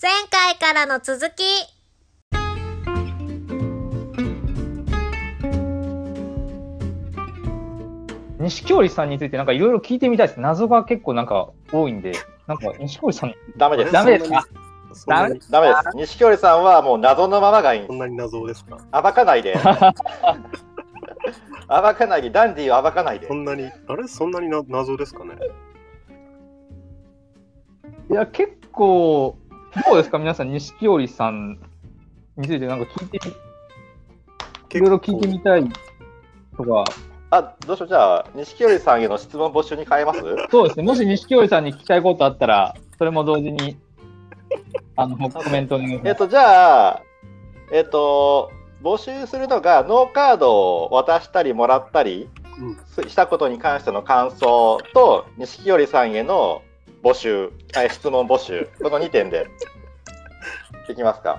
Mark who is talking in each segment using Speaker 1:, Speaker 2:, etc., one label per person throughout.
Speaker 1: 前回からの続き。
Speaker 2: 錦織さんについてなんかいろいろ聞いてみたいです。謎が結構なんか多いんで、なんか錦織さん、
Speaker 3: ダメです。
Speaker 2: ダメですか
Speaker 4: そんなに
Speaker 3: ダメです。錦織さんはもう謎のままがいいん
Speaker 4: そ
Speaker 3: で
Speaker 4: んなに謎ですか
Speaker 3: す。暴かないで。 暴かないで、ダンディを暴かないで
Speaker 4: そ。んなに、あれそんなにな謎ですかね
Speaker 2: いや、結構、どうですか、皆さん、錦織さんについてなんか聞いてみ、いろいろ聞いてみたいとか、
Speaker 3: あ、どうしよう。じゃあ、錦織さんへの質問募集に変えます
Speaker 2: そう ですね、もし錦織さんに聞きたいことあったら、それも同時に、あの、コメントに。
Speaker 3: えっと、じゃあ、えっと、募集するのが、ノーカードを渡したりもらったり
Speaker 4: うん
Speaker 3: すしたことに関しての感想と、錦織さんへの募集、あ質問募集、この2点で、できますか。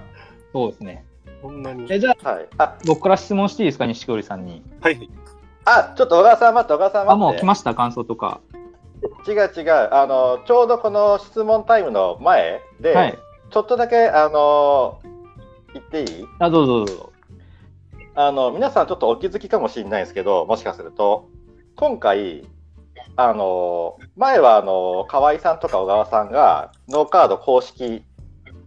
Speaker 2: そうですね。
Speaker 4: そんなに。は
Speaker 2: え、
Speaker 4: い
Speaker 2: じゃあ、
Speaker 3: はい。あ、
Speaker 2: 僕から質問していいですか、錦織さんに。
Speaker 4: はい。
Speaker 3: あちょっと小川さん待って、小川さん待って。
Speaker 2: あ、もう来ました、感想とか。
Speaker 3: 違う違うあのちょうどこの質問タイムの前で、
Speaker 2: はい。
Speaker 3: ちょっとだけあの言っていい
Speaker 2: あ、どうぞどうぞ。
Speaker 3: あの皆さんちょっとお気づきかもしれないんですけどもしかすると今回あの前はあの河合さんとか小川さんがノーカード公式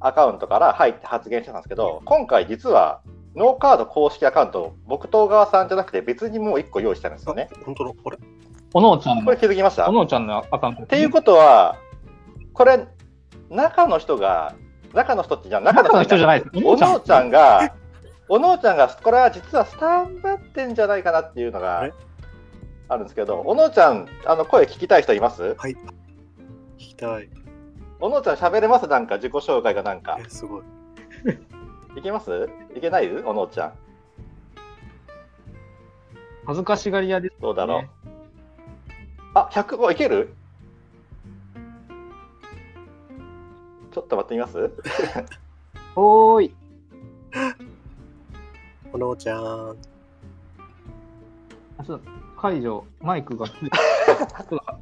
Speaker 3: アカウントから入って発言してたんですけど今回実はノーカード公式アカウント僕と小川さんじゃなくて別にもう1個用意したんですよね。
Speaker 4: 本当だ。あれ
Speaker 2: おのおちゃん
Speaker 3: こ
Speaker 2: の
Speaker 3: れ、気づきました
Speaker 2: おのおちゃんのアカウント。っ
Speaker 3: っていうことは、これ、中の人が、中の人ってじゃあ中
Speaker 2: 中の
Speaker 3: の
Speaker 2: 人
Speaker 3: 人
Speaker 2: じ
Speaker 3: じ
Speaker 2: ゃ
Speaker 3: ゃない。
Speaker 2: ないです。
Speaker 3: おのちゃんが、おのちゃんが、これは実はスタンバってんじゃないかなっていうのが
Speaker 4: え
Speaker 3: あるんですけど、おのちゃん、あの声聞きたい人います
Speaker 4: はい。聞きたい。
Speaker 3: おのちゃん喋れますなんか自己紹介がなんか。
Speaker 4: え、すごい。
Speaker 3: いけますいけないおのちゃん。
Speaker 2: 恥ずかしがり屋です、ね。
Speaker 3: どうだろう。あ、100、おいけるちょっと待ってみます
Speaker 2: おーい。
Speaker 4: おのちゃん。
Speaker 2: あちょっと解除、マイク がついて。そうだ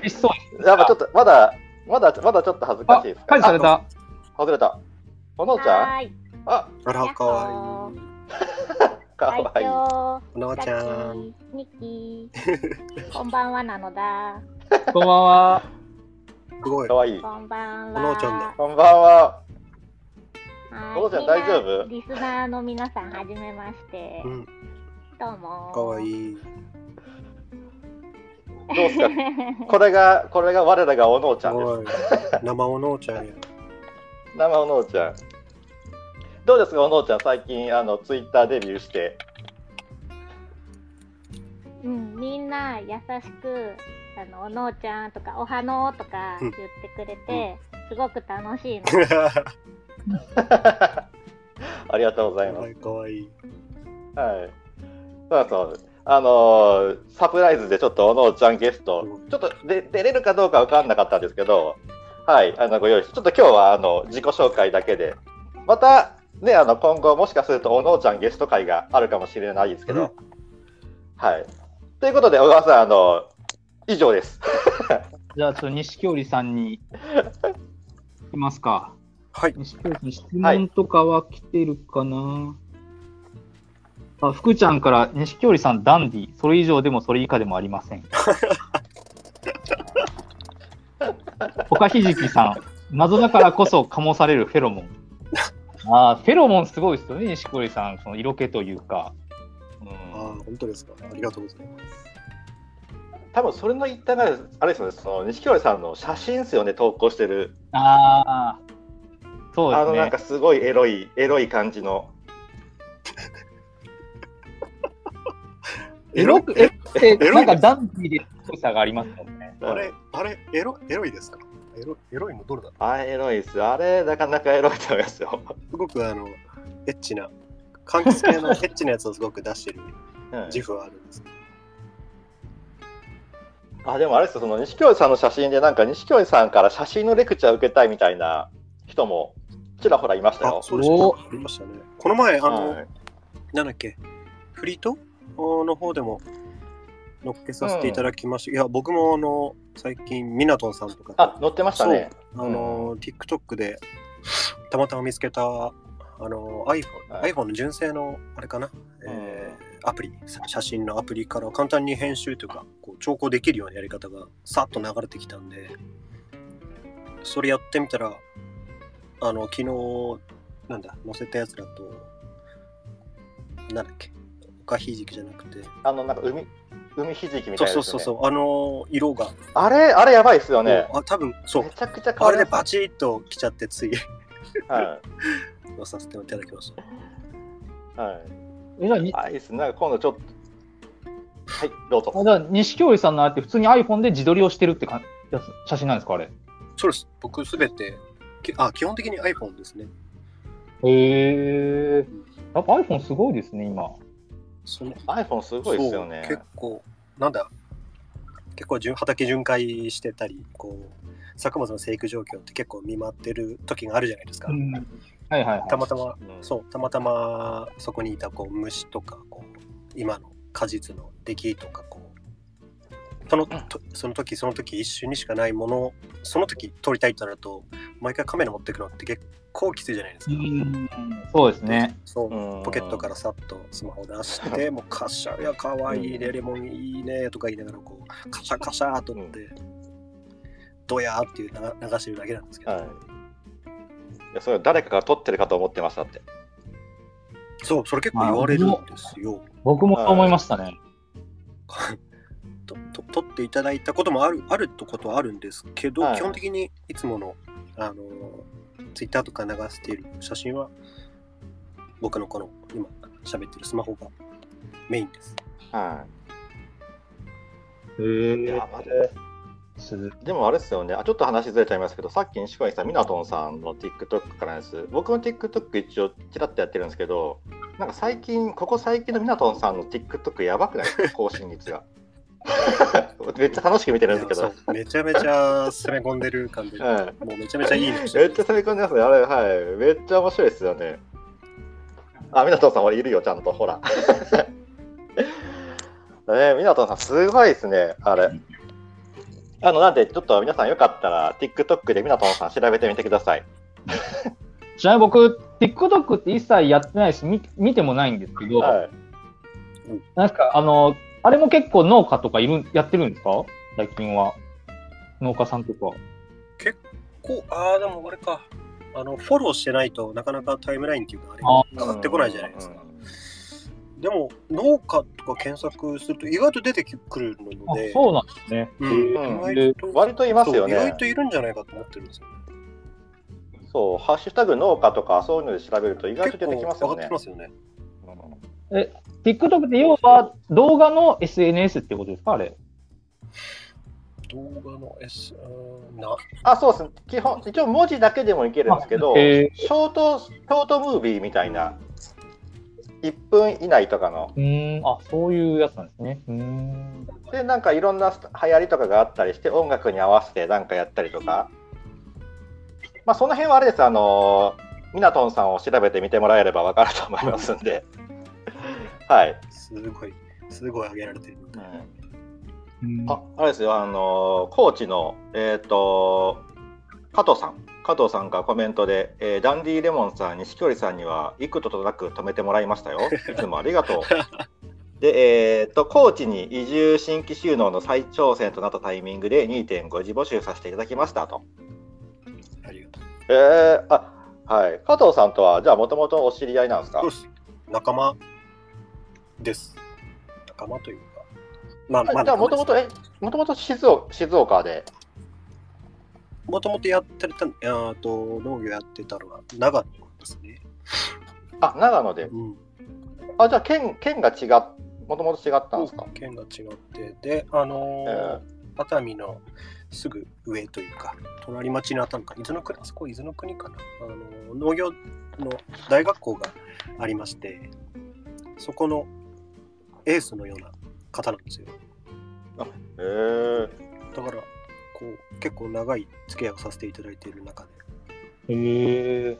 Speaker 2: 厳しそうです。
Speaker 3: やっぱちょっと、まだ、まだ、まだちょっと恥ずか
Speaker 2: あ
Speaker 3: しいです、
Speaker 2: 解
Speaker 3: か
Speaker 2: 除された。
Speaker 3: 外れた。おのちゃん
Speaker 1: はーい。
Speaker 3: あ、
Speaker 4: あら、か
Speaker 1: やっ
Speaker 4: わいい。
Speaker 3: か
Speaker 1: 会
Speaker 3: わいい。
Speaker 1: 長。
Speaker 4: おのちゃん。
Speaker 1: ニッキ ー。こんばんはなのだ。
Speaker 2: こんばんは。
Speaker 4: すごい
Speaker 3: か。わいい。
Speaker 1: こんばんは。
Speaker 4: このおちゃんだ
Speaker 3: こんばんは。
Speaker 1: はい。
Speaker 3: このおちゃん大丈夫
Speaker 1: みんなリスナーの皆さん、はじめまして
Speaker 4: う。ん。
Speaker 1: どうも。
Speaker 4: かわい
Speaker 1: い。
Speaker 4: い。
Speaker 3: どう すかこれが、これが我らがおのうち
Speaker 4: す
Speaker 3: ゃんで
Speaker 4: ごい
Speaker 3: す。。
Speaker 4: 生おのちゃんや。
Speaker 3: 生おのうちゃん。どうですか、おのうちゃん、最近、あの、ツイッターデビューして。
Speaker 1: うん、みんな優しく、あの、おのうちゃんとか、おはのとか言ってくれて、すごく楽し いの。
Speaker 3: ありがとうございま
Speaker 4: は
Speaker 3: す。
Speaker 4: い、かわいい。
Speaker 3: はい。そうそう。あのーサプライズでちょっとおのうちゃんゲスト、ちょっとで出れるかどうかわかんなかったんですけど、はい、あのご用意して、ちょっと今日はあの自己紹介だけで、また、ね、あの今後、もしかするとおのうちゃんゲスト会があるかもしれないですけど。はい、ということで、小川さん、あの以上です。
Speaker 2: じゃあ、ちょっと錦織さんに。いきますか。
Speaker 4: はい。
Speaker 2: 錦織さんに質問とかは来てるかな。あ、福ちゃんから錦織さんダンディ、それ以上でもそれ以下でもありません。 岡ひじきさん、謎だからこそ醸されるフェロモン。ああ、フェロモンすごいですよね、錦織さん、その色気というか。うん
Speaker 4: ああ、本当ですか。ありがとうございます。
Speaker 3: 多分それの一端が、あれですよね、その錦織さんの写真ですよね、投稿してる、
Speaker 2: ああ、そうです
Speaker 3: あ
Speaker 2: ね。
Speaker 3: のなんかすごいエロい、エロい感じの。
Speaker 2: エロく、エロって、
Speaker 4: エロい
Speaker 2: なんかダンディーで濃さがありますもんね。
Speaker 4: あれ、あれ、エロ、エロいですかエロ、エロいのどれだ
Speaker 3: あれエロいですあれ、なかなかエロいと思いますよ。
Speaker 4: すごくあの、エッチな、柑橘 系のエッチなやつをすごく出してる
Speaker 3: うん
Speaker 4: 自負はあるんですけど。
Speaker 3: あでもあれですよその錦織さんの写真でなんか錦織さんから写真のレクチャー受けたいみたいな人もちらほらいました
Speaker 4: あ
Speaker 3: よ、。
Speaker 4: そうでした。
Speaker 2: お
Speaker 4: ありましたね。この前、あの、
Speaker 3: はい
Speaker 4: なんだっけ、フリートの方でも乗っけさせていただきました。いや、僕もあの、最近、ミナトンさんとかと、
Speaker 3: あ載ってましたね。
Speaker 4: あの、TikTok でたまたま見つけた、あの、iPhone、
Speaker 3: はい
Speaker 4: iPhone の純正の、あれかな、えーアプリ、さ写真のアプリから簡単に編集というか、こう調校できるようなやり方がさっと流れてきたんで、それやってみたら、あの、昨日、なんだ、載せたやつだと、なんだっけ、おかひじきじゃなくて、
Speaker 3: あの、なんか海、海ひじきみた
Speaker 4: そ
Speaker 3: いう
Speaker 4: そ
Speaker 3: な、
Speaker 4: うそうそう、あの、色が、
Speaker 3: う。あれ、あれやばいっすよね。
Speaker 4: もうあ多分そう
Speaker 3: め、ちゃくちゃ変
Speaker 4: あ
Speaker 3: わ
Speaker 4: れ
Speaker 3: り
Speaker 4: で
Speaker 3: ました
Speaker 4: バチッと来ちゃって、つい、
Speaker 3: は
Speaker 4: 載させていただきました。
Speaker 3: い。はい。
Speaker 2: えじゃあに
Speaker 3: あ、いいっすね。なんか今度ちょっと。はい、どう
Speaker 2: あ
Speaker 3: ぞ。
Speaker 2: じゃあ錦織さんのあれって普通に iPhone で自撮りをしてるってかやつ写真なんですかあれ
Speaker 4: そうです。僕すべて、きあ、基本的に iPhone ですね。
Speaker 2: へえやっぱ iPhone すごいですね今
Speaker 4: その
Speaker 3: iPhone すごいですよね。
Speaker 4: そう結構、なんだ、結構じゅん畑巡回してたり、こう、作物の生育状況って結構見回ってる時があるじゃないですか。
Speaker 2: はいはいはい
Speaker 4: たまたま、
Speaker 3: うん
Speaker 4: そう、たまたまそこにいたこう虫とか、こう、今の果実の出来とか、こう、そのとその時その時一瞬にしかないものをその時撮りたいとなると毎回カメラ持ってくのって結構きついじゃないですか。
Speaker 2: そうですね
Speaker 4: そう
Speaker 3: うん
Speaker 4: ポケットからさっとスマホ出して、もうカシャ、いや、かわいいね、レモンいいねとか言いながら、こう、カシャカシャーと思って、ドヤーっていうな流してるだけなんですけど、
Speaker 3: はい。いや、それは誰かが撮ってるかと思ってましたって。
Speaker 4: そう、それ結構言われるんですよ。
Speaker 2: 僕もそう思いましたね
Speaker 4: とと撮っていただいたこともあるあるってことはあるんですけど、
Speaker 3: はい
Speaker 4: 基本的にいつもの、あの、ツイッターとか流している写真は、僕のこの、今、喋ってるスマホがメインです。
Speaker 3: は
Speaker 2: へ
Speaker 3: い。い
Speaker 2: え
Speaker 3: や、まあででもあれですよね。あ、ちょっと話ずれちゃいますけど、さっき西川さん、ミナトンさんの TikTok からのやつ、僕の TikTok 一応ちらっとやってるんですけど、なんか最近、ここ最近のミナトンさんの TikTok やばくないですか更新 率が。めっちゃ楽しく見てるんですけ
Speaker 4: いや
Speaker 3: ど。
Speaker 4: そうめちゃめちゃ攻め込んでる感じで、
Speaker 3: はい。
Speaker 4: もうめちゃめちゃいいねをして
Speaker 3: め
Speaker 4: る
Speaker 3: っちゃ攻め込んでますね。あれ、はい。めっちゃ面白いですよね。あ、みなとさん、俺いるよ、ちゃんと。ほら。 ね、みなとさん、すごいですね。あれ。あの、なんで、ちょっと皆さんよかったら、TikTok でみなとさん調べてみてください。
Speaker 2: ちなみに僕 TikTok って一切やってないし見見てもないんですけど、
Speaker 3: はい。
Speaker 2: なんかあのあれも結構農家とかいるやってるんですか最近は農家さんとか
Speaker 4: こうああでもあれかあのフォローしてないとなかなかタイムラインっていうかあれ
Speaker 2: あ
Speaker 4: 上がってこないじゃないですか
Speaker 3: うん
Speaker 4: でも農家とか検索すると意外と出てくるの
Speaker 2: あ
Speaker 4: で
Speaker 2: そうなんですね
Speaker 4: う
Speaker 3: うん
Speaker 4: ん、意外と
Speaker 3: 割といます
Speaker 4: そ
Speaker 3: よ
Speaker 4: う意
Speaker 3: ね
Speaker 4: 外。といるんじゃないかと思ってるんですよね
Speaker 3: そう、ハッシュタグ農家とか、そういうので調べると意外と
Speaker 4: 結構
Speaker 3: 出てきますよ
Speaker 4: 上がっ
Speaker 3: ね
Speaker 4: て。ますよね
Speaker 2: TikTok って要は動画の SNS ってことですかあれ
Speaker 4: 動画の S うーんな
Speaker 3: あ、そうですね。基本、一応文字だけでもいけるんですけど、
Speaker 2: え
Speaker 3: ショート、ショートムービーみたいな、1分以内とかの、
Speaker 2: ー、うーんあそういうやつなんですねうーん
Speaker 3: で、なんかいろんなス流行りとかがあったりして、音楽に合わせてなんかやったりとか、まあ、その辺はあれです、あのー、ミナトンさんを調べてみてもらえれば分かると思いますんで、はい。
Speaker 4: すごいすごい上げられてるので
Speaker 3: あ、あれですよ、あのー、高知の、えっ、と、加藤さん。加藤さんがコメントで、えーダンディレモンさん、錦織さんには幾度となく止めてもらい ましたよ。いつもありがとう。で、えっ、と、高知に移住新規収納の再挑戦となったタイミングで2.5次募集させていただきましたと。
Speaker 4: ありがとう
Speaker 3: えー、あ、はい。加藤さんとは、じゃあ、もともとお知り合いなんですか
Speaker 4: そうです仲間です仲間というかまあ
Speaker 3: あじゃあ、もともと、え、もともと静岡静岡で。
Speaker 4: もともとやってた、えー、と農業やってたのは長野ですね。
Speaker 3: あ、長野で。
Speaker 4: うん、
Speaker 3: あ、じゃあ、県、県が違っ、もともと違ったんですか
Speaker 4: 県が違って、で、あのー熱海のすぐ上というか、隣町の熱海か、伊豆の国、あそこ伊豆の国かな、あのー農業の大学校がありまして、そこのエースのような方なんですよ。
Speaker 3: へー
Speaker 4: だから、こう、結構長い付き合いをさせていただいている中で、
Speaker 2: へえ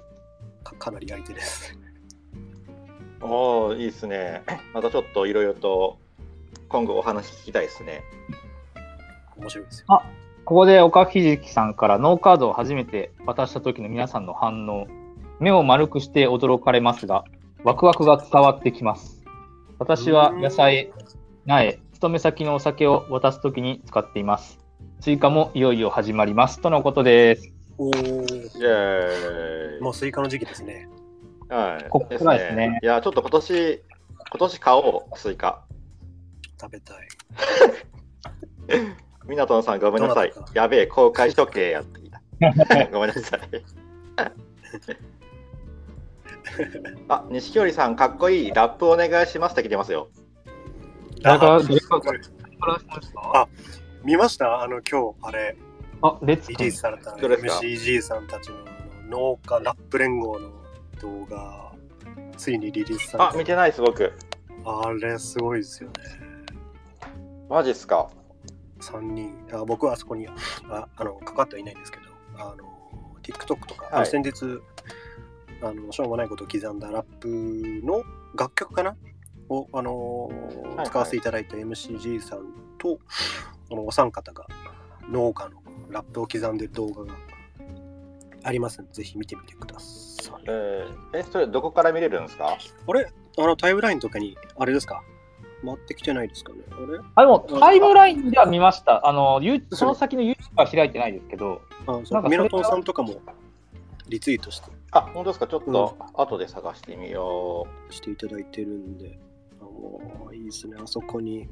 Speaker 4: かかなりやり手です。
Speaker 3: おおいいですね。 またちょっといろいろと今後お話聞きたいですね。
Speaker 4: 面白いですよ。
Speaker 2: あここで岡ひじきさんからノーカードを初めて渡した時の皆さんの反応、目を丸くして驚かれますが、ワクワクが伝わってきます。私は野菜、苗、勤め先のお酒を渡す時に使っています。追加もいよいよ始まります。とのことです。
Speaker 4: おー
Speaker 3: イェーイ。
Speaker 4: もうスイカの時期ですね。
Speaker 3: はい。
Speaker 2: こっからですね
Speaker 3: いや、ちょっと今年、今年買おう、スイカ。
Speaker 4: 食べたい。
Speaker 3: みなとんさん、ごめんなさい
Speaker 4: どなた。
Speaker 3: やべえ、公開しとけやって きた。ごめんなさい。 あ、錦織さん、かっこいい。ラップお願いしますって来てますよ。
Speaker 2: 誰か
Speaker 4: あ
Speaker 2: 誰かあ
Speaker 4: あ見ましたあの今日あれ
Speaker 2: あ、レッツ
Speaker 4: リ
Speaker 2: くん
Speaker 4: リースされた
Speaker 3: どれですか
Speaker 4: MCG さんたちの農家ラップ連合の動画ついにリリースさ
Speaker 3: あ、
Speaker 4: れ
Speaker 3: 見
Speaker 4: た
Speaker 3: てないす、僕。
Speaker 4: あれすごいですよね
Speaker 3: マジっすか。
Speaker 4: 3人あ僕はあそこにああのかかってはいないんですけどあの TikTok とか、
Speaker 3: はい
Speaker 4: 先日あのしょうもないことを刻んだラップの楽曲かなを、あの
Speaker 3: いはい
Speaker 4: 使わせていただいた MCG さんとこのお三方が農家のラップを刻んでる動画がありますのでぜひ見てみてください
Speaker 3: えーえ、それどこから見れるんですか
Speaker 4: あれあのタイムラインとかにあれですか回ってきてないですかねあれ
Speaker 2: あ、でもタイムラインでは見ました。あの、ゆその先の YouTube は開いてないですけど、
Speaker 4: あ
Speaker 2: な
Speaker 4: そ
Speaker 2: ん
Speaker 4: う
Speaker 2: か
Speaker 4: ミラトンさんとかもリツイートして
Speaker 3: あ、本当ですか。ちょっと、後で探してみよ
Speaker 4: していただいてるんで、あもういいですね、あそこに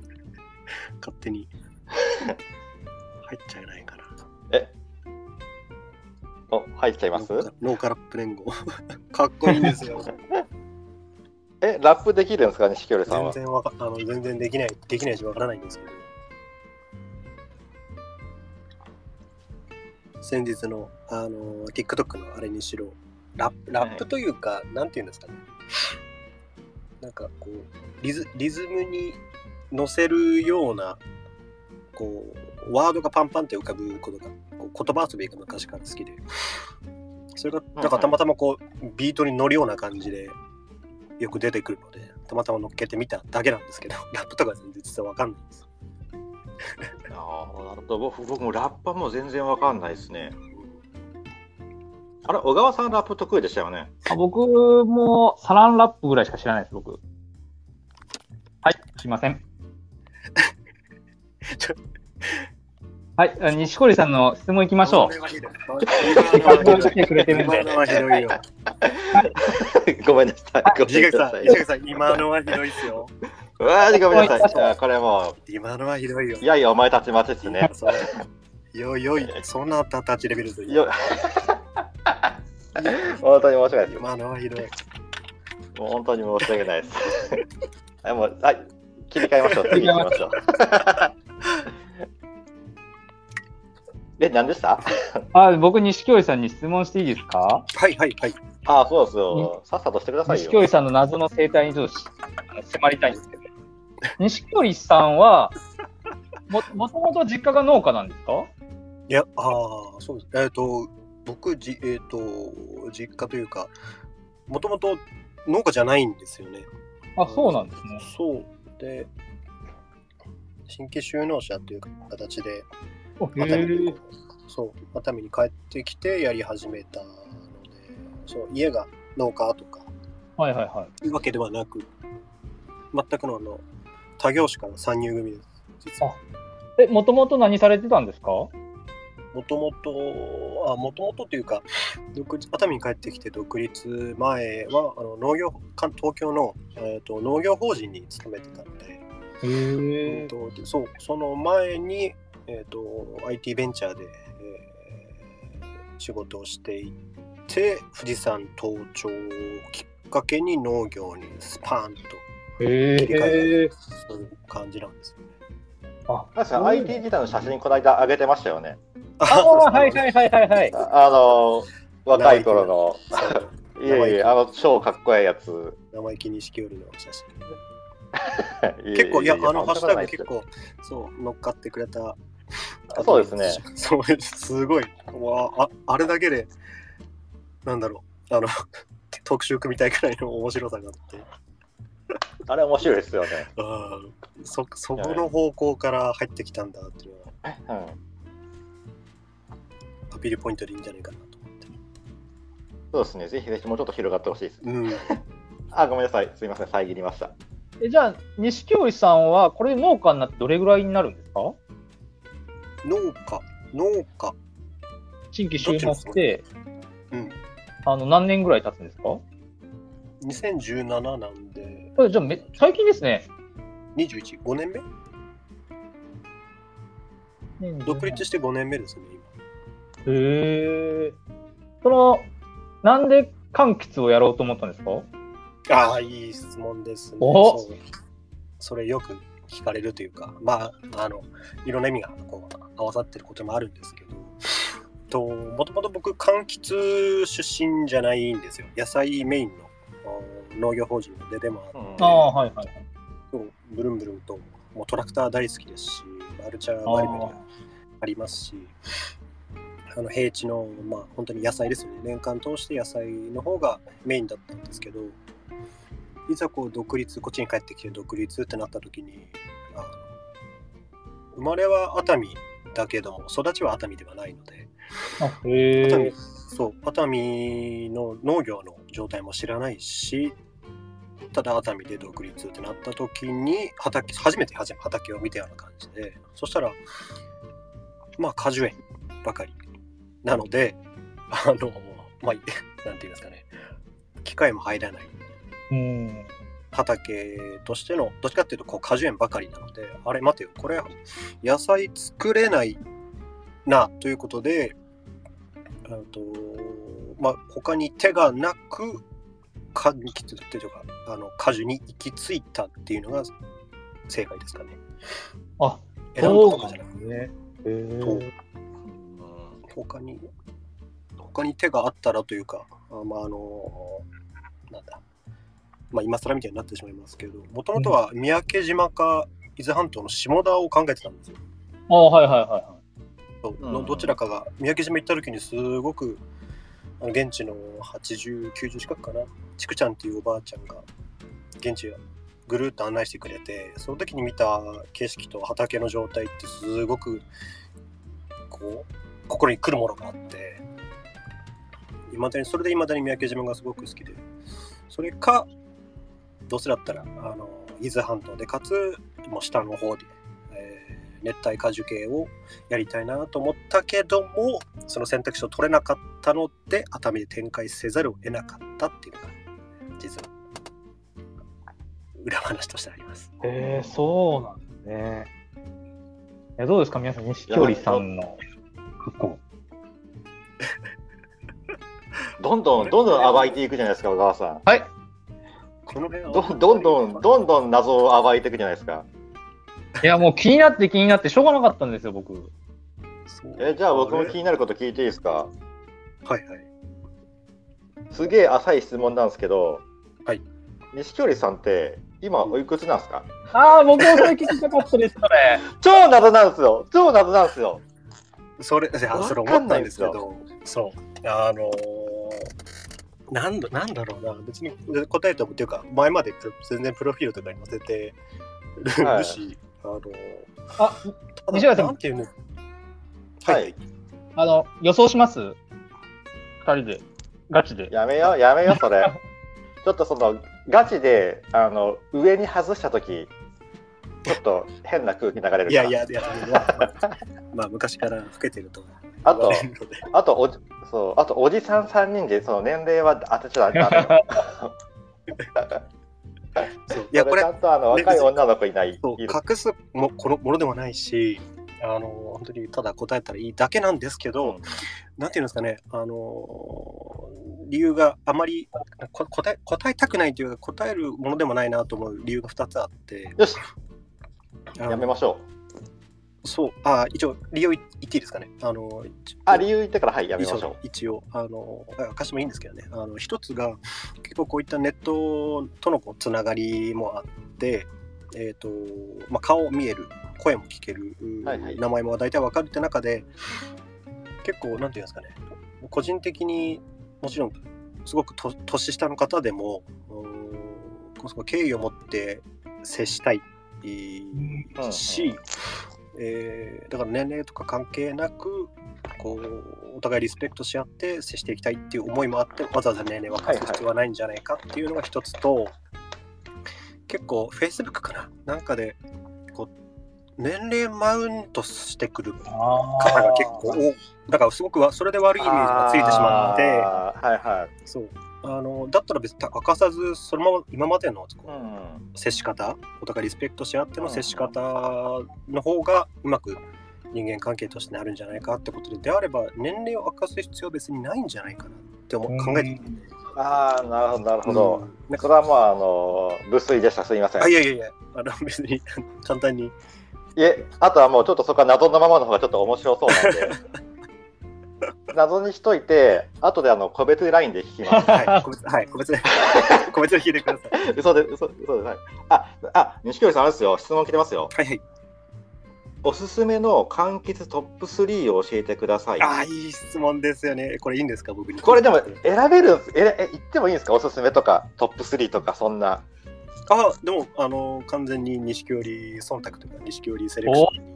Speaker 4: 勝手に入っちゃえないかな。
Speaker 3: う。お、入っちゃいます
Speaker 4: ノーカノーカラップ連合。 かっこいいんですよ。
Speaker 3: え、ラップできるんですか、錦織さん
Speaker 4: 全
Speaker 3: は。
Speaker 4: 然わかあの全然できない、できないしわからないんですけど。先日のあの TikTok のあれにしろ、ラップラップというか、なんていうんですかね。なんかこうリズ、リズムに乗せるような、こう、ワードがパンパンって浮かぶことが、こう言葉遊びが昔から好きで、それが、なんかたまたまこう、ビートに乗るような感じで、よく出てくるので、たまたま乗っけてみただけなんですけど、 ラップとか全然実はわかんないんですよ。
Speaker 3: ああ、なるほど。僕、僕もラップはもう全然わかんないですね。あれ、小川さんラップ得意でしたよね。
Speaker 2: あ僕もサランラップぐらいしか知らないです、僕。はい、すいません
Speaker 4: ちょ。
Speaker 2: はい、あ西堀さんの質問いきましょ
Speaker 4: これ
Speaker 2: う。
Speaker 4: はひどい。
Speaker 2: せっかく来てくれてるん
Speaker 4: 今
Speaker 2: で。
Speaker 4: のはひどいよ。
Speaker 3: ごめんなさい。ご
Speaker 4: 石
Speaker 3: めん
Speaker 4: 垣さ
Speaker 3: なさ
Speaker 4: ん、
Speaker 3: い。
Speaker 4: 石垣さん、今のはひどいっすよ。
Speaker 3: うわーごめん なさい。いやこれも
Speaker 4: 今のはひどいよ
Speaker 3: う、い。やいや、お前たち待ちですね。
Speaker 4: そうよいよい、そんなたたちレベルで。
Speaker 3: よ本当に申し訳ないです。も
Speaker 4: 今のはひどい。
Speaker 3: う本当に申し訳ないです。 はい、もう、はい、切り替えましょう。次行きましょう。 え、何でした
Speaker 2: あ僕、西堀さんに質問していいですか
Speaker 4: はいはいはい。
Speaker 3: ああ、そうですよ。さっさとしてください
Speaker 2: 西
Speaker 3: よ。
Speaker 2: 堀さんの謎の生態にちょっとしあの迫りたいんですけど。西堀さんは、ももともと実家が農家なんですか
Speaker 4: いや、ああ、そうです。えっ、と、僕、じえっ、と、実家というか、もともと農家じゃないんですよね。
Speaker 2: あ、そうなんですね。
Speaker 4: そう。で、新規収納者という形で、
Speaker 2: お
Speaker 4: 熱海に
Speaker 2: へ
Speaker 4: そう熱海に帰ってきてやり始めたのでそう家が農家とか
Speaker 2: ーはいはいはい。
Speaker 4: いうわけではなく全くのあの他業種から参入組です実は
Speaker 2: え、もともと何されてたんですか
Speaker 4: もともとあもともとというか独立熱海に帰ってきて独立前はあの農業関東京の、えー、と農業法人に勤めてたので、
Speaker 2: へ
Speaker 4: え
Speaker 2: え
Speaker 4: ー、。とでそうその前に、えー、と IT ベンチャーで、えー仕事をしていて富士山登頂をきっかけに農業にスパーンと
Speaker 2: へ
Speaker 4: 切り替え
Speaker 2: え。
Speaker 4: たそういう感じなんです よね。
Speaker 2: あ、
Speaker 3: 確か IT 自体の写真、この間上げてましたよね。
Speaker 2: ああ、はいはいはいはいはい。
Speaker 3: ああの、若い頃の。
Speaker 4: そう
Speaker 3: いえいえ、あの、超かっこいいやつ。
Speaker 4: 生意気錦織の写真
Speaker 3: 結
Speaker 4: 結構いやあのハッシュタグ結構そう乗っかってくれた
Speaker 3: そうですね。
Speaker 4: そうすごい。わあああれだけで、なんだろう、あの、 特集組みたいくらいの面白さがあって、
Speaker 3: あれ面白いですよね。
Speaker 4: あーそそこの方向から入ってきたんだっていうのは、
Speaker 3: うん
Speaker 4: アピールポイントでいいんじゃないかなと思って。
Speaker 3: そうですね、ぜひぜひもうちょっと広がってほしいです。
Speaker 4: うん。
Speaker 3: あ、ごめんなさい、すみません、遮りました。
Speaker 2: えじゃあ、錦織さんは、これ農家になってどれぐらいになるんですか
Speaker 4: 農家、農家、
Speaker 2: 新規就農って、
Speaker 4: うん。
Speaker 2: あの、何年ぐらい経つんですか
Speaker 4: 2017なんで、
Speaker 2: これじゃあめ、最近ですね。
Speaker 4: 21、5年目独立して5年目ですね、
Speaker 2: へえ。その、なんで柑橘をやろうと思ったんですか
Speaker 4: 今。ああ、いい質問ですね。
Speaker 2: お
Speaker 4: そうそれよく聞かれるというか、まあ、あの、いろんな意味がこう合わさってることもあるんですけど、と、もともと僕、柑橘出身じゃないんですよ。野菜メインのあー農業法人ででもあって
Speaker 3: うん
Speaker 2: ああ、はいはい。
Speaker 4: そうブルンブルンともうトラクター大好きですしアルチャーバリバリありますしあの平地のまあ本当に野菜ですよね年間通して野菜の方がメインだったんですけどいざこう独立こっちに帰ってきて独立ってなった時にあの生まれは熱海だけども育ちは熱海ではないので
Speaker 2: あへえ
Speaker 4: 熱海。そう熱海の農業の状態も知らないしただ熱海で独立ってなった時に畑初めて初め畑を見たような感じでそしたらまあ果樹園ばかりなのであのまあい なんていうんですかね機械も入らない
Speaker 2: うん。
Speaker 4: 畑としてのどっちかっていうとこう果樹園ばかりなのであれ待てよこれ野菜作れないなということであと、まあ、他に手がなく果樹っていうかあの果樹に行き着いたっていうのが正解ですかね。
Speaker 2: あ、
Speaker 4: 選ぶとかじゃなく
Speaker 2: そうなんですね。
Speaker 4: そう
Speaker 2: へ
Speaker 4: 他に他に手があったらというかあまああのなんだまあ今更みたいになってしまいますけどもともとは三宅島か伊豆半島の下田を考えてたんですよ
Speaker 2: え。ああ、はいはいはいはい。
Speaker 4: そう
Speaker 3: うん
Speaker 4: のどちらかが三宅島行った時にすごくあの現地の8090近くかなちくちゃんっていうおばあちゃんが現地ぐるっと案内してくれてその時に見た景色と畑の状態ってすごくこう心に来るものがあって未だにそれでいまだに三宅島がすごく好きでそれかどうせだったらあの伊豆半島でかつもう下の方で、えー熱帯果樹系をやりたいなと思ったけどもその選択肢を取れなかったので熱海で展開せざるを得なかったっていうのが実は裏話としてあります。
Speaker 2: へえ、そうなんですね。いやどうですか、皆さん、錦織さんの過去。
Speaker 3: どんどんどんどん暴いていくじゃないですか、小川さん。
Speaker 2: はい。
Speaker 4: この辺は
Speaker 3: どんどんどんどんどん謎を暴いていくじゃないですか。
Speaker 2: いや、もう気になって気になってしょうがなかったんですよ、僕。
Speaker 4: そう
Speaker 3: え、じゃあ僕も気
Speaker 4: はい
Speaker 3: になること聞いていいですか
Speaker 4: はい
Speaker 3: すげえ浅い質問なんですけど、
Speaker 4: はい。
Speaker 3: 錦織さんって今おいくつなんですか
Speaker 2: ああ、僕もそれ聞きたかったです、 それ。
Speaker 3: 超謎なんですよ超謎なんですよ
Speaker 4: それいやそれ
Speaker 3: わ
Speaker 4: 思
Speaker 3: か
Speaker 4: っ
Speaker 3: んな
Speaker 4: た
Speaker 3: い
Speaker 4: ん
Speaker 3: んで
Speaker 4: です
Speaker 3: す
Speaker 4: け
Speaker 3: よ
Speaker 4: どそうあのーなんだなんだろうな別に答えてもっていうか前までプロ全然プロフィールとかに載せてるし、
Speaker 3: はい
Speaker 4: あのー
Speaker 2: あ、
Speaker 4: ただ
Speaker 2: 西浦さん
Speaker 4: なんていうの
Speaker 3: はい
Speaker 4: はい
Speaker 2: あの、予想します二人で。ガチで。
Speaker 3: やめようやめようそ れちょっとそのガチであの上に外した時ちょっと変な空気流れるから
Speaker 4: いやいやいや、まあ、まあ昔から老けてると。
Speaker 3: あと
Speaker 4: 言われるので
Speaker 3: あとおじそうあとおじさん3人でその年齢は当てちゃダメ よ
Speaker 4: そういや、これ
Speaker 3: ちゃ、んとあの
Speaker 4: ね
Speaker 3: 若い女の子いない
Speaker 4: そう
Speaker 3: いる
Speaker 4: 隠すもこのものではないし、あの本当にただ答えたらいいだけなんですけど、なんていうんですかね、あの理由があまりこ答え答えたくないというか、答えるものでもないなと思う理由が2つあって、
Speaker 3: よし
Speaker 4: あの
Speaker 3: やめましょう
Speaker 4: そう、あ一応、理由言っていいですかね。あの
Speaker 3: あ理由言ってからはいやめましょ
Speaker 4: 一応あの明かしてもいいんですけどねあの一つが結構こういったネットとのこうつながりもあって、えーとまあ、顔見える声も聞ける、
Speaker 3: はいはい
Speaker 4: 名前も大体わかるって中で結構なんていうんですかね個人的にもちろんすごくと年下の方でもうーんこうすごい敬意を持って接したいえー
Speaker 2: うん
Speaker 3: うん
Speaker 4: し、えーだから年齢とか関係なくこうお互いリスペクトし合って接していきたいっていう思いもあってわざわざ年齢は隠す必要はないんじゃないかっていうのが一つと、結構 Facebook かななんかでこう年齢マウントしてくる方が結構多いだからすごくわそれで悪いイメージがついてしまって。
Speaker 3: あーはいはい。
Speaker 4: そうあのだったら別に明かさずそのまま今までのこう
Speaker 3: うん。
Speaker 4: 接し方お互いリスペクトし合って
Speaker 3: う
Speaker 4: の
Speaker 3: ん
Speaker 4: 接し方の方がうまく人間関係としてなるんじゃないかってことでであれば年齢を明かす必要は別にないんじゃないかなって思う考えてる
Speaker 3: ああ、なるほど、なるほど。
Speaker 4: なん
Speaker 3: そ
Speaker 4: か
Speaker 3: れはまあ、あの、無粋でした。すみません。
Speaker 4: あい
Speaker 3: い
Speaker 4: やいやいやあの別にあの簡単に
Speaker 3: え、あとはもうちょっとそこは謎のままの方がちょっと面白そうなんで。 謎にしといて、後であの個別ラインで聞き ます。
Speaker 4: はい個別 はい個別で個別で聞いてください
Speaker 3: 嘘で、嘘、嘘で、はい。あ、あ、錦織さんあれですよ。質問来てますよ。
Speaker 4: はいはい
Speaker 3: おすすめの柑橘トップ3を教えてください。
Speaker 4: ああいい質問ですよねこれいいんですか僕に
Speaker 3: これでも選べるんですえらえ言ってもいいんですかおすすめとかトップ3とかそんな
Speaker 4: あでもあの完全に錦織忖度とか錦織セレクションに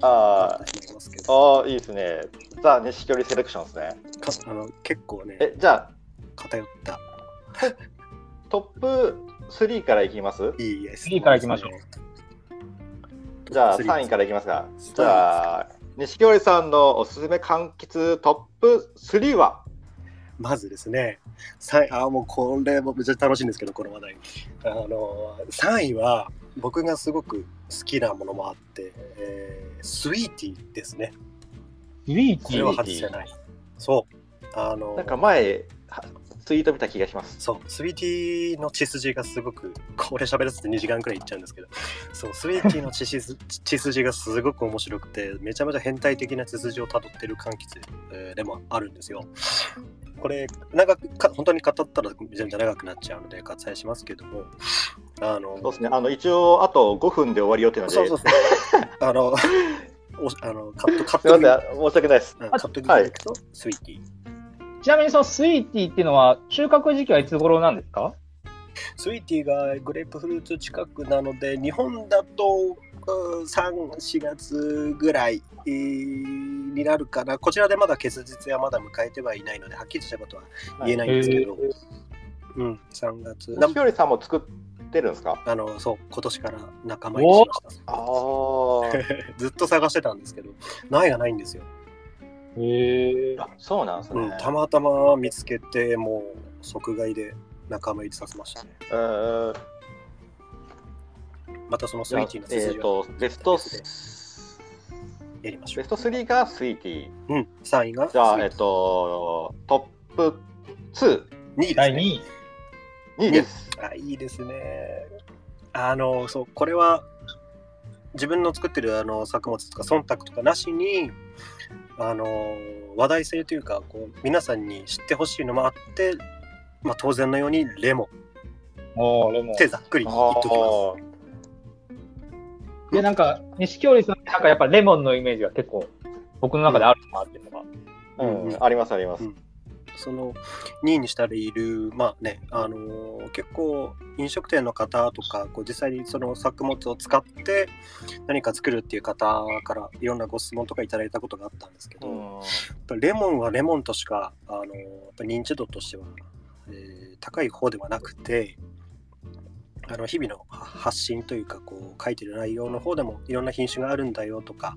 Speaker 4: な
Speaker 3: あー
Speaker 4: ってしまいますけど
Speaker 3: ああいいですねザ・錦織セレクションですね
Speaker 4: かあの結構ね
Speaker 3: えじゃあ
Speaker 4: 偏った
Speaker 3: トップ3からいきます
Speaker 4: いいです、
Speaker 2: 次から行きましょう
Speaker 3: じゃあ
Speaker 4: 3
Speaker 3: 3位からいきますか
Speaker 4: す
Speaker 3: じゃあ錦織さんのおすすめ柑橘トップ3は
Speaker 4: まずですね3位あーもうこれもめっちゃ楽しいんですけどこの話題あの3位は僕がすごく好きなものもあって、えースイーティーですね
Speaker 2: スイー
Speaker 4: こ
Speaker 2: テ
Speaker 4: れ
Speaker 2: ィ
Speaker 4: は
Speaker 2: ー。
Speaker 4: 外せないそうあの
Speaker 3: なんか前はツイート見た気がします
Speaker 4: そう、スイーティーの血筋がすごく、これ喋らせて2時間くらいいっちゃうんですけど、そう、スイーティーの血 筋血筋がすごく面白くて、めちゃめちゃ変態的な血筋をたどってる柑橘、えーでもあるんですよ。これ、長くか、本当に語ったらめちゃめちゃ長くなっちゃうので、割愛しますけども、あの、
Speaker 3: そうですねあの一応あと5分で終わりよってなので
Speaker 4: そうそう
Speaker 3: す
Speaker 4: そう。 あの、おあのカット、カッ
Speaker 3: みま
Speaker 4: ト
Speaker 3: せん
Speaker 4: 組、
Speaker 3: 申し訳ないです
Speaker 4: うんカット
Speaker 3: は
Speaker 4: 組
Speaker 3: い
Speaker 4: でいくと、スイーティー。
Speaker 2: ちなみにそのスイーティーっていうのは収穫時期はいつ頃なんですか
Speaker 4: スイーティーがグレープフルーツ近くなので日本だと34月ぐらいえーになるかなこちらでまだ結実はまだ迎えてはいないのではっきりしたことは言えないんですけど、うん3月
Speaker 3: 錦織さんも作ってるんですか
Speaker 4: あのそう今年から仲間入りしました
Speaker 3: ああ
Speaker 4: ずっと探してたんですけど苗がないんですよ、
Speaker 2: へえ。
Speaker 3: あそうなんですね、
Speaker 4: うん、たまたま見つけてもう即買いで仲間入りさせましたね
Speaker 3: うん
Speaker 4: またそのス
Speaker 3: じ
Speaker 4: イ
Speaker 3: ゃあ
Speaker 4: ーティーの
Speaker 3: えっ、
Speaker 4: 筋を
Speaker 3: とベストベ
Speaker 4: で
Speaker 3: ス
Speaker 4: やりましょう、
Speaker 3: ト3がスイーティー
Speaker 4: うん、3位が
Speaker 3: じゃあ
Speaker 4: スイ
Speaker 3: えっ、
Speaker 4: ーテ
Speaker 3: とトップ22
Speaker 4: ィー2位です、ね、
Speaker 2: 第2位。
Speaker 3: 位です
Speaker 4: あいいですねあのそうこれは自分の作ってるあの作物とか忖度とかなしにあの話題性というかこう皆さんに知ってほしいのもあって、まあ、当然のようにレモ
Speaker 2: おー、レモ
Speaker 4: ン
Speaker 2: ン
Speaker 4: ってざっくり言っ
Speaker 3: あ
Speaker 4: ときます
Speaker 3: ー
Speaker 2: いや、なんか、錦織さんってなんかやっぱレモンのイメージが結構、僕の中であるなっていうのが。
Speaker 3: うん
Speaker 4: うん
Speaker 3: ありますあります、
Speaker 4: うんその2位にしたらいるまあねあのー結構飲食店の方とかこう実際にその作物を使って何か作るっていう方からいろんなご質問とかいただいたことがあったんですけど、やっ
Speaker 3: うん
Speaker 4: ぱレモンはレモンとしかあのーやっぱ認知度としては、えー高い方ではなくて。あの日々の発信というかこう書いてる内容の方でもいろんな品種があるんだよとか、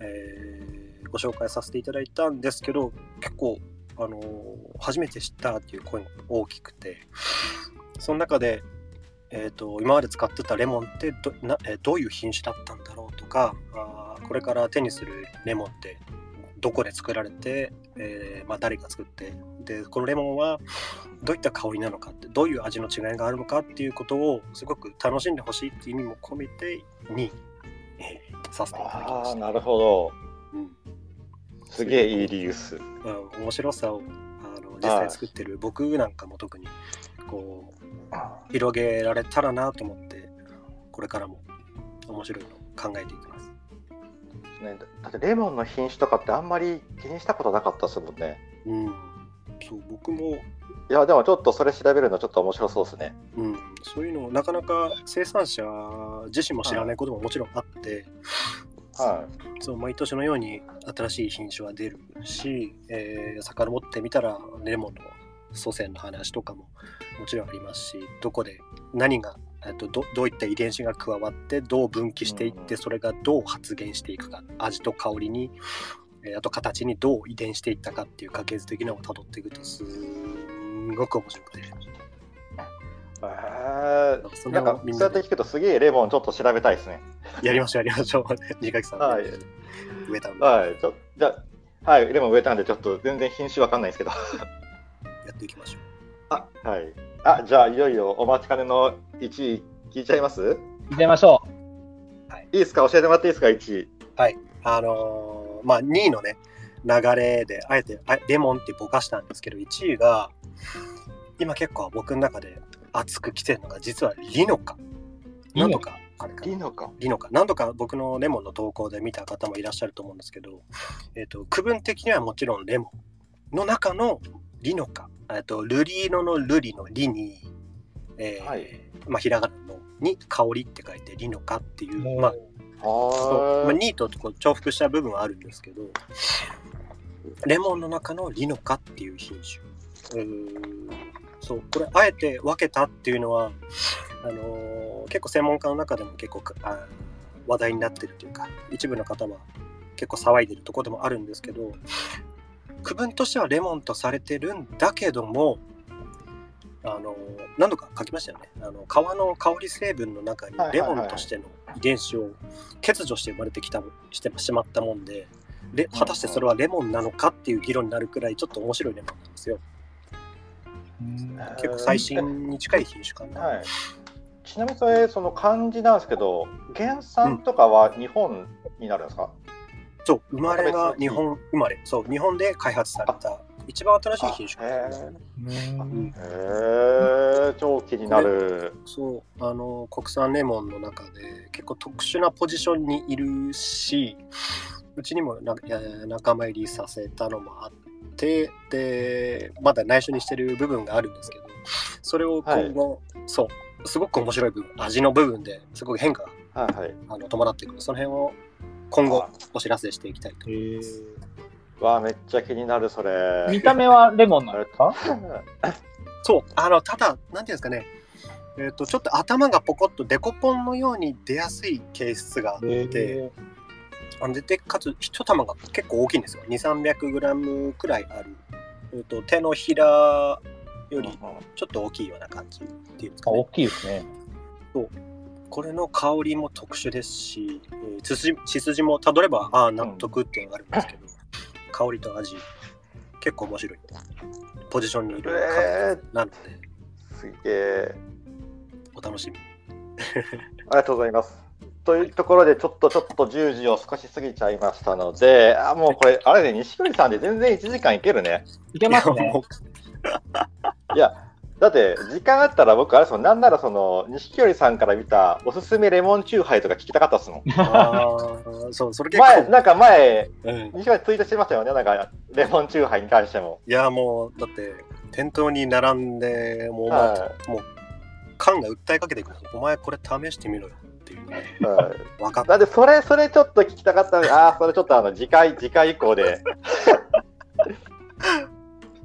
Speaker 4: えーご紹介させていただいたんですけど結構あの初めて知ったっていう声が大きくてその中で、えー、と今まで使ってたレモンってどな、えーどういう品種だったんだろうとかあーこれから手にするレモンってどこで作られて、えーまあ、誰が作ってでこのレモンはどういった香りなのかってどういう味の違いがあるのかっていうことをすごく楽しんでほしいっていう意味も込めてにえーさせていただきま
Speaker 3: あ
Speaker 4: し
Speaker 3: ー
Speaker 4: た。
Speaker 3: なるほど
Speaker 4: うん
Speaker 3: すげえいい理由っす
Speaker 4: うん面白さをあの実際作ってる僕なんかも特にこう広げられたらなと思ってこれからも面白いのを考えていきます
Speaker 3: ねだってレモンの品種とかってあんまり気にしたことなかったですもんね
Speaker 4: うんそう僕も、
Speaker 3: いやでもちょっとそれ調べるのちょっと面白そうですね
Speaker 4: うん、そういうのをなかなか生産者自身も知らないことももちろんあって、
Speaker 3: は
Speaker 4: そう毎年のように新しい品種は出るし、えー、遡ってみたらレモンの祖先の話とかももちろんありますしどこで何がえっとどどういった遺伝子が加わってどう分岐していっ
Speaker 3: うんう
Speaker 4: て
Speaker 3: ん
Speaker 4: それがどう発現していくか味と香りに、えーあと形にどう遺伝していったかっていう家系図的なのを辿っていくとすんごく面白くて
Speaker 3: い。え
Speaker 4: そ
Speaker 3: ー
Speaker 4: んな
Speaker 3: なん
Speaker 4: の
Speaker 3: か、
Speaker 4: みん
Speaker 3: そうや
Speaker 4: な
Speaker 3: って
Speaker 4: で
Speaker 3: 聞くとすげえレモンちょっと調べたいですね。
Speaker 4: やりましょうやりましょう 二垣さん、
Speaker 3: はい
Speaker 4: 植えたんでや
Speaker 3: はい。ちょじゃあはい、レモン植えたんで、ちょっと全然品種わかんないですけど。
Speaker 4: っていきましょう
Speaker 3: あ、 はい。あ、じゃあ、いよいよお待ちかねの1位聞いちゃいます
Speaker 2: 行っちゃいましょ
Speaker 3: いいですか教えてもらっていいですか ?1 位。
Speaker 4: あのーまあ2位のね流れであえてあレモンってぼかしたんですけど1位が今結構僕の中で熱く来てるのが実はリノカ
Speaker 2: リノカ。
Speaker 4: 何度かあれかな
Speaker 3: ノか。
Speaker 4: リノカ何度か僕のレモンの投稿で見た方もいらっしゃると思うんですけど、えっと区分的にはもちろんレモンの中のリノカえっとルリーノのルリのリに、えー
Speaker 3: はい
Speaker 4: まあ、ひらがなのに香りって書いてリノカっていうう、まあ、そう、まあ、
Speaker 3: は
Speaker 4: ニートとこう重複した部分はあるんですけどレモンの中のリノカっていう品種うーんそうこれあえて分けたっていうのはあのー結構専門家の中でも結構かあ話題になってるというか一部の方は結構騒いでるところでもあるんですけど区分としてはレモンとされてるんだけどもあの何度か書きましたよねあの皮の香り成分の中に
Speaker 3: はいはい
Speaker 4: レ
Speaker 3: はい
Speaker 4: モンとしての遺伝子を欠如して生まれてきたしてしまったもんでレ果たしてそれはレモンなのかっていう議論になるくらいちょっと面白いレモンなんですよ結構最新に近い品種かな、
Speaker 3: はい。ちなみにそれ、その漢字なんですけど、原産とかは日本になるんですか、
Speaker 4: そう生まれが日本生まれそう日本で開発された一番新しい品種
Speaker 3: あへ
Speaker 4: か
Speaker 3: ー
Speaker 4: な
Speaker 2: うん
Speaker 3: へえ、超気になる。
Speaker 4: そうあの国産レモンの中で結構特殊なポジションにいるしうちにもな、えー仲間入りさせたのもあってでまだ内緒にしてる部分があるんですけどそれを今後、そうすごく面白い部分味の部分ですごく変化が
Speaker 3: はいはい。
Speaker 4: あの伴ってくるその辺を今後お知らせしていきたいと
Speaker 2: へー
Speaker 3: わあ、めっちゃ気になる、それ。
Speaker 2: 見た目はレモンなんですか
Speaker 4: そう、あの、ただ、なんていうんですかね、えっ、と、ちょっと頭がポコッとデコポンのように出やすい形質があって、
Speaker 2: へ
Speaker 4: あのででかつ、一玉が結構大きいんですよ。2、300グラムくらいある。えっ、と、手のひらよりちょっと大きいような感じっていうんです
Speaker 2: あ
Speaker 4: かね
Speaker 2: 大。きいですね。
Speaker 4: これの香りも特殊ですし、えー血筋血筋もたどれば、ああ、納得っていうのがあるんですけど、香りと味、結構面白い。ポジションにいる
Speaker 3: え
Speaker 4: 感じなので、
Speaker 3: すげえ。
Speaker 4: お楽しみに。
Speaker 3: ありがとうございます。というところで、ちょっとちょっと10時を少し過ぎちゃいましたので、あもうこれ、あれね、錦織さんで全然1時間いけるね。
Speaker 2: いけます
Speaker 4: いや
Speaker 2: ね
Speaker 4: も。う
Speaker 3: いや、だって、時間あったら僕、あれですもん、なんならその、錦織さんから見たおすすめレモンチューハイとか聞きたかったっすもん。
Speaker 4: ああ、そう、それ結
Speaker 3: 前、
Speaker 4: 構。
Speaker 3: なんか前、
Speaker 4: うん、い
Speaker 3: 錦織ツイートしてましたよね、なんか、レモンチューハイに関しても。
Speaker 4: や、もう、だって、店頭に並んで、もう、
Speaker 3: は
Speaker 4: もう、缶が訴えかけてくる。お前、これ試してみろよっていうね。
Speaker 3: い。はい
Speaker 4: 分かった。
Speaker 3: だって、それ、それちょっと聞きたかったのでああ、それちょっとあの、次回、次回以降で。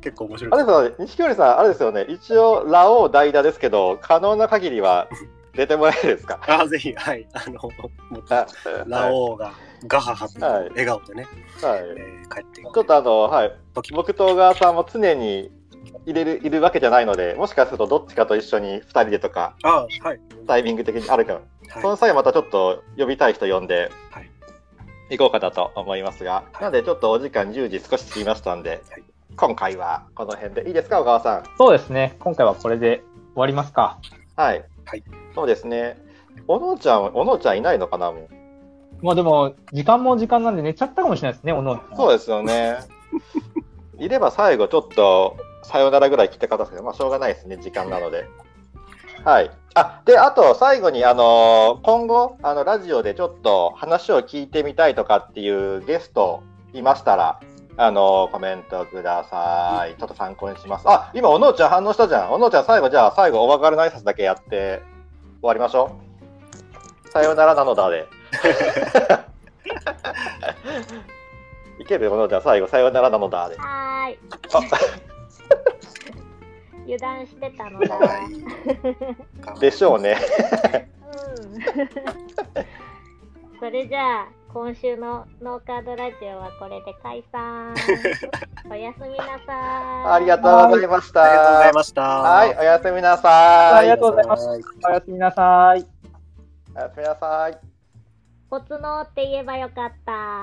Speaker 4: 結構面
Speaker 3: あ
Speaker 4: 白
Speaker 3: れ
Speaker 4: い。
Speaker 3: ですよね、錦織さん、あれですよね、一応、ラオウ代打ですけど、可能な限りは出てもらえるですか。
Speaker 4: ああ、ぜひ、はい。あの、もう
Speaker 3: はい
Speaker 4: ラオウがガハハって
Speaker 3: はい
Speaker 4: 笑顔でね、
Speaker 3: はい
Speaker 4: えー帰ってくる
Speaker 3: ちょっとあの、はい、
Speaker 4: 時も
Speaker 3: 僕と小川さんも常に入れるいるわけじゃないので、もしかするとどっちかと一緒に2人でとか、
Speaker 4: ああ、はい。はい。
Speaker 3: タイミング的にあるかも、その際、またちょっと呼びたい人呼んで
Speaker 4: はい、
Speaker 3: 行こうかなと思いますが、
Speaker 4: い
Speaker 3: なので、ちょっとお時間10時少し過ぎましたんで
Speaker 4: はい、
Speaker 3: 今回はこの辺で、いいですか、小川さん。
Speaker 2: そうですね。今回はこれで終わりますか。
Speaker 3: はい、
Speaker 4: はい
Speaker 3: そうですね。おのうちゃん、おのうちゃんいないのかな、もう。
Speaker 2: まあでも、時間も時間なんで寝ちゃったかもしれないですね、おのおの
Speaker 3: そうですよね。いれば最後ちょっとさよならぐらい来た方ですけど、まあしょうがないですね、時間なので。はい。あ、で、あと最後に、あのー今後、あの、ラジオでちょっと話を聞いてみたいとかっていうゲストいましたら、あのーコメントください。ちょっと参考にします。あ、今、おのうちゃん反応したじゃん。おのうちゃん最後、じゃあ最後お別れの挨拶だけやって終わりましょう。さよならなのだで。 いけるよ、のちゃん、最後、さようならなのだ。で
Speaker 1: はーい。 油断してたの
Speaker 4: か
Speaker 1: だ。
Speaker 4: わいい。
Speaker 3: でしょうね。
Speaker 1: うん。 それじゃあ、今週のノーカードラジオはこれで解 散。おやすみなさーい。
Speaker 3: ありがとうございました。
Speaker 4: ありがとうございました。は
Speaker 3: はい、おやすみなさ
Speaker 2: あ
Speaker 3: い。
Speaker 2: りがとうございます。おやすみなさい。
Speaker 3: おやすみなさい。
Speaker 1: ポツノーって言えばよかった。